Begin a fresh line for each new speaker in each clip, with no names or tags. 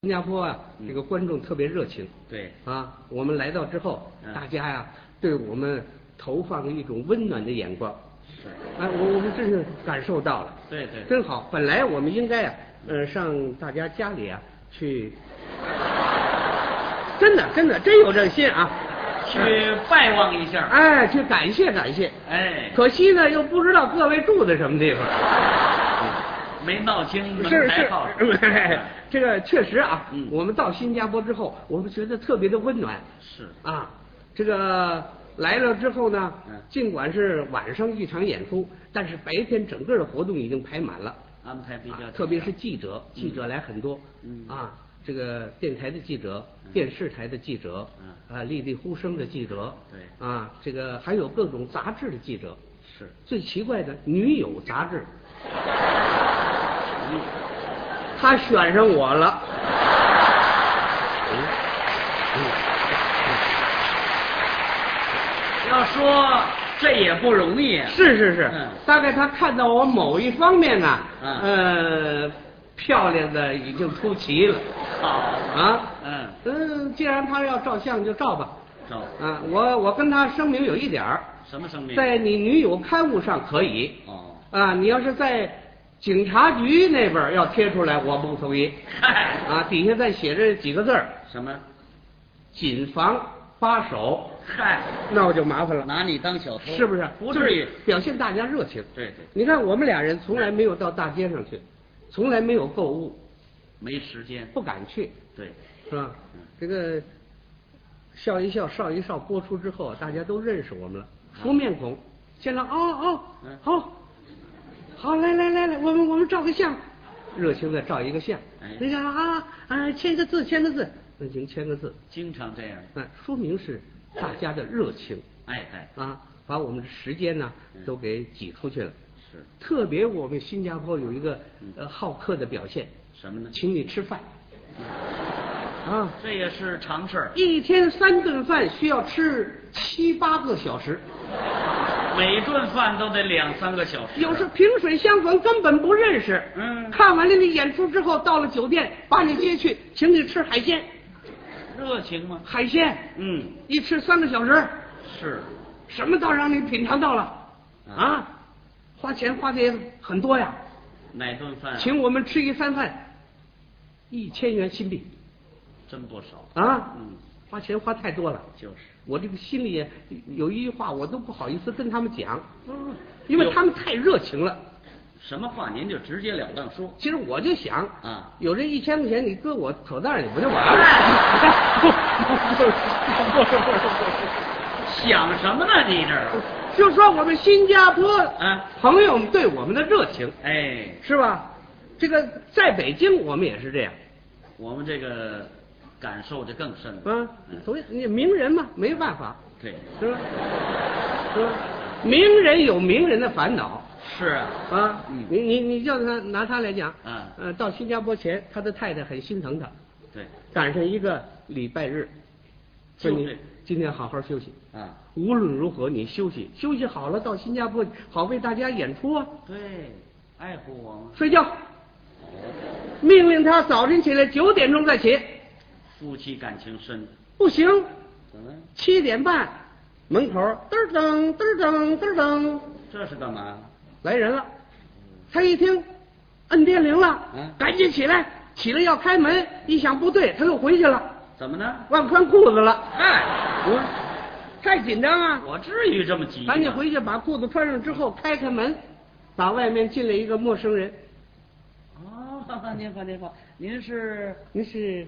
新加坡啊，
嗯
这个观众特别热情。
对
啊，我们来到之后，
嗯
大家呀、对我们投放一种温暖的眼光。
是
哎，我我们真是感受到了。
对对
真好。本来我们应该啊，呃，上大家家里啊去，真的真的真有这个心啊，
去拜望一下。
哎，去感谢感谢。
哎，
可惜呢，又不知道各位住的什么地方。
没闹清门
是嗯
牌
是
号。，
这个确实啊，
嗯
我们到新加坡之后，我们觉得特别的温暖
是
啊。这个来了之后呢
嗯，
尽管是晚上一场演出，但是白天整个的活动已经排满了，
安排比较紧
啊
张，
特别是记者，
嗯
记者来很多，
嗯
啊，这个电台的记者
嗯、
电视台的记者，
嗯
啊，立地呼声的记者，
对
啊，这个还有各种杂志的记者。
是，
最奇怪的，女友杂志，
嗯
他选上我了。
要说这也不容易啊。
是是是
嗯，
大概他看到我某一方面呢，
嗯
呃，漂亮的已经出奇了
好，
啊。
嗯，
嗯，既然他要照相就照吧。
照
啊，我我跟他声明有一点儿，
什么生命？
在你女友刊物上可以，
哦，
啊，你要是在警察局那边儿要贴出来，我不同 意。
嗨，
啊，底下再写着几个字儿：
什么？
谨防八手，
嗨，
那我就麻烦了。
拿你当小偷？
是不是？
不
就是
至于。
表现大家热情。
对对，
你看，我们俩人从来没有到大街上去，从来没有购物，
没时间。
不敢去，
对，
是吧
嗯？
这个《笑一笑，少一少》播出之后，大家都认识我们了，
嗯
熟面孔，见到哦哦
嗯，
好，好，来来来来，我们我们照个相，热情的照一个相
哎。
那个啊啊，签个字，签个字，那行，签个字，
经常这样，哎
那说明是大家的热情。
爱戴
啊，把我们的时间呢
嗯
都给挤出去了。
是
特别我们新加坡有一个
嗯
呃好客的表现，
什么呢？
请你吃饭
嗯
啊，
这也是常事儿，
一天三顿饭需要吃七八个小时，
每顿饭都得两三个小时。
有时萍水相逢根本不认识。
嗯
看完了那演出之后，到了酒店把你接去，请你吃海鲜，
热情吗？
海鲜
嗯，
一吃三个小时，
是
什么都让你品尝到了
嗯
啊，花钱花的也很多呀。
哪顿饭啊
请我们吃一餐饭，一千元新币
真不少。
啊！
嗯，
花钱花太多了，
就是，
我这个心里有一句话，我都不好意思跟他们讲，
嗯，
因为他们太热情了。
什么话您就直截了当说
其实我就想，
啊。
有这一千块钱，你搁我口袋里不就完了？
想什么呢？你这儿
就说我们新加坡
啊？
朋友们对我们的热情，
哎，
是吧？这个在北京我们也是这样。
我们这个感受就更深了。
啊
嗯，
所以你名人嘛，没办法，
对，
是吧？是吧？名人有名人的烦恼
是啊，
啊
嗯，
你你你叫他拿他来讲，
嗯
呃，到新加坡前，他的太太很心疼他，
对
赶上一个礼拜日，说
就
你
这
今天好好休息，
啊，
无论如何你休息，休息好了到新加坡好为大家演出啊，
对，爱护我吗？
睡觉，命令他早晨起来九点钟再起，
夫妻感情深，嗯
不行，
怎么？
七点半，门口嘚儿噔嘚儿噔嘚儿噔，
这是干嘛？
来人了。他一听，摁电铃了，
嗯
赶紧起来，起来要开门，一想不对，他又回去了，
怎么呢？
忘穿裤子了。
哎，
太紧张啊！
我至于这么急吗？
赶紧回去把裤子穿上之后，开开门，打外面进来一个陌生人。
哦，您好，您好，您是
您是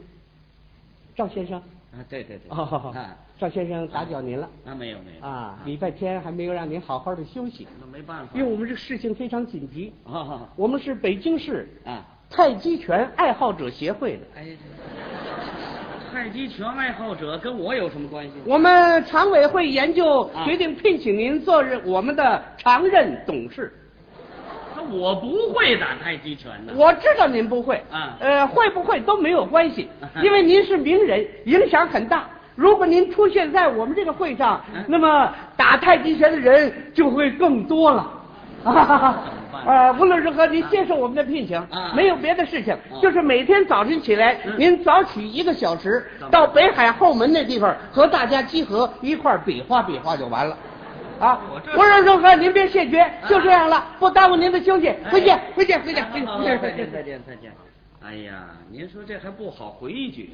赵先生？
啊？对对
哦
对。啊
赵先生打搅您了
啊，没有没有
啊！礼拜天还没有让您好好的休息，
那没办法。
因为我们这个事情非常紧急。
啊
我们是北京市
啊，
太极拳爱好者协会的。
哎，太极拳爱好者跟我有什么关系？
我们常委会研究
嗯啊
决定聘请您做任我们的常任董事。
那我不会打太极拳的。
我知道您不会，
啊，
呃，会不会都没有关系因为您是名人，影响很大。如果您出现在我们这个会上
嗯，
那么打太极拳的人就会更多了。啊
怎么办，
呃，无论如何，您接受我们的聘请，
啊
没有别的事情，就是每天早晨起来，
嗯
您早起一个小时，
怎么
到北海后门那地方和大家集合，一块儿比划比划就完了。啊
我这，
无论如何您别谢绝，就这样了，不耽误您的休息。回见，回见，回见，
哎好
回
好好再见，再
见。
见，再见。哎呀，您说这还不好回一句，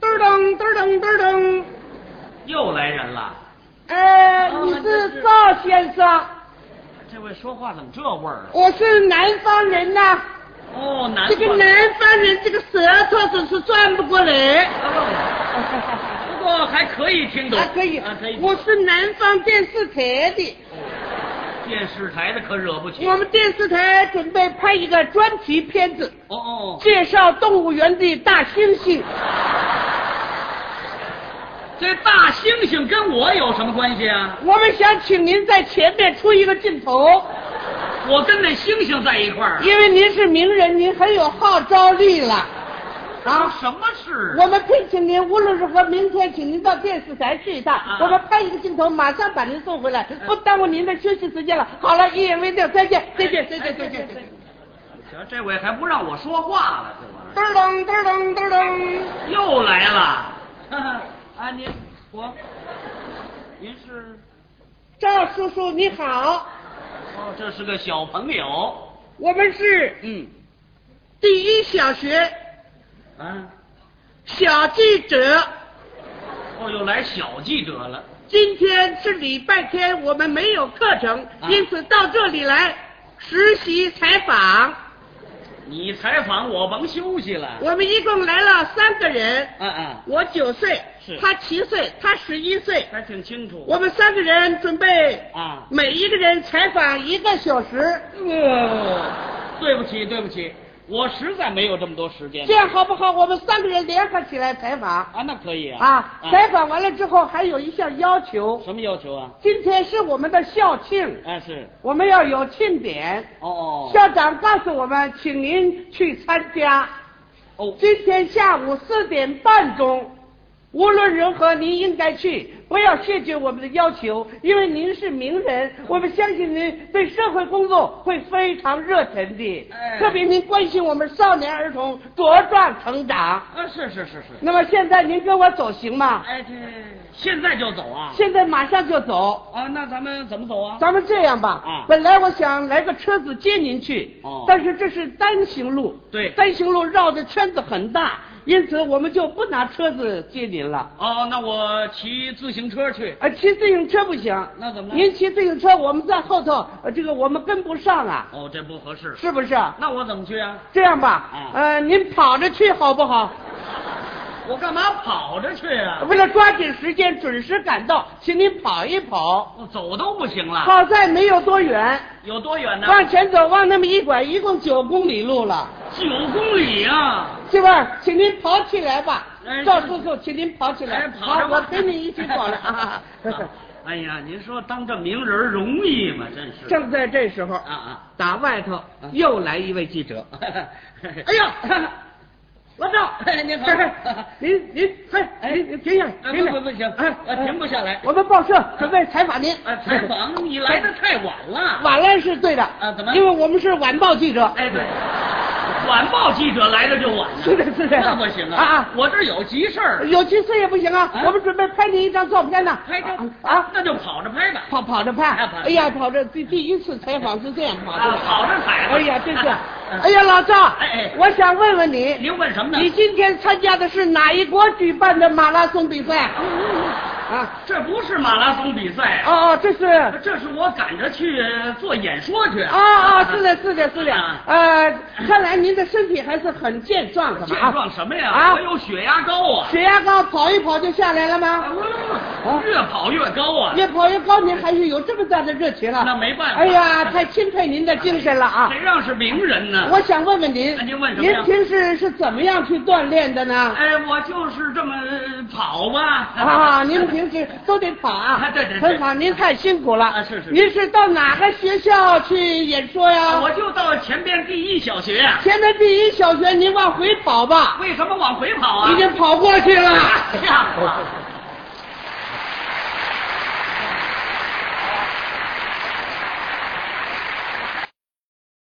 嘚儿噔嘚儿噔嘚儿噔，
又来人了。
哎，
哦
你
这
是
是
赵先生，
这位说话怎么这味儿啊？
我是南方人呐、
哦，难
这
怪。
个南方人这个舌头总是转不过来。
啊不过还可以听懂。
啊，可以，
啊，可以。
我是南方电视台的，
电视台的可惹不起。
我们电视台准备拍一个专题片子，
哦哦，
介绍动物园的大猩猩。
这大猩猩跟我有什么关系啊？
我们想请您在前面出一个镜头，
我跟那猩猩在一块儿。
因为您是名人，您很有号召力了。
啊，
啊，
什么事？
我们聘请您，无论如何，明天请您到电视台去一趟，
啊
我们拍一个镜头，马上把您送回来，不耽误您的休息时间了。好了，一言为定，再见，再见，再哎见，再见。再见
瞧，这回还不让我说话了，这玩意
嘚儿噔嘚儿噔嘚儿噔。
儿又来了。 啊，您我，您是？
赵叔叔你好，
哦，这是个小朋友。
我们是
嗯，
第一小学
啊，
小记者，
哦，又来小记者了。
今天是礼拜天，我们没有课程，
啊
因此到这里来实习采访。
你采访我甭休息了。
我们一共来了三个人，
啊啊，
我九岁
是，
他七岁，他十一岁。
还挺清楚。
我们三个人准备
啊，
每一个人采访一个小时，
呃，对不起，对不起，我实在没有这么多时间
这。样好不好？我们三个人联合起来采访
啊，那可以啊。
啊！采访完了之后，还有一项要求，
什么要求啊？
今天是我们的校庆，
啊，是。
我们要有庆典。
哦哦
校长告诉我们，请您去参加。
哦，
今天下午四点半钟，无论如何您应该去，不要谢绝我们的要求，因为您是名人，我们相信您对社会工作会非常热忱的
哎，
特别您关心我们少年儿童茁壮成长。
啊，是是是是。
那么现在您跟我走行吗？
哎，这现在就走啊？
现在马上就走。
啊，那咱们怎么走啊？
咱们这样吧，
啊
本来我想来个车子接您去，
哦
但是这是单行路，
对
单行路绕的圈子很大，因此我们就不拿车子接您了。
哦，那我骑自行车去。
啊，骑自行车不行，
那怎么了
您骑自行车，我们在后头，呃这个我们跟不上啊，
哦，这不合适。
是不是？
那我怎么去啊？
这样吧，
啊
呃，您跑着去好不好？
我干嘛跑着去啊？
为了抓紧时间，准时赶到，请您跑一跑。
我哦走都不行了。
好在没有多远，
有多远呢？
往前走，往那么一拐，一共九公里路了。
九公里啊！
媳妇儿，请您跑起来吧
哎。
赵叔叔，请您跑起来
哎，。跑着
好，我陪你一起跑 了啊
啊。哎呀，您说当这名人容易吗？真是。
正在这时候，
啊
打外头又来一位记者。
啊！
哎呀，老赵，
哎您好
哎您您，哎，您您停下停下，
哎，
哎
不不不行呃停不下来
我们报社准备采访您。
哎，采访你来的太晚 了。
晚了是对的。啊
怎么
因为我们是晚报记 者。
哎，对，晚报记者来的就晚了。
是的是的
那不行啊！
啊啊哎
我这有急事儿，
有急事也不行啊
啊，
我们准备拍您一张照片呢。
拍照
啊，
那就跑着拍吧。
跑跑着
哎
拍
跑着，拍
哎呀，跑着第第一次采访是这样跑
啊，
的。
跑着采吧。
哎呀， 真是，哎
哎
呀，
呀，
老赵
哎哎，
我想问问你，
您问什么呢？
你今天参加的是哪一国举办的马拉松比赛？啊，
这不是马拉松比赛啊，
哦哦，这是，啊
这是我赶着去做演说去。
啊，是的，是的，是的
啊，
呃，看来您的身体还是很健壮的嘛
健
啊。
壮什么呀？
啊
我有血压高啊！
血压高，跑一跑就下来了
啊
吗？
我越跑越高啊！
越跑越高，您还是有这么大的热情了。
那没办法
哎呀，太钦佩您的精神了啊！
谁让是名人呢？
我想问问您
那，您问什么呀
您平时是怎么样去锻炼的呢？
哎，我就是这么呃跑吧。
啊， 您平时都得跑啊
啊，对对对
很好，您太辛苦了。
啊是是
您是到哪个学校去演说呀？
我就到前边第一小学啊。
前面第一小学，您往回跑吧，
为什么往回跑啊？哎
已经跑过去了。
吓死了！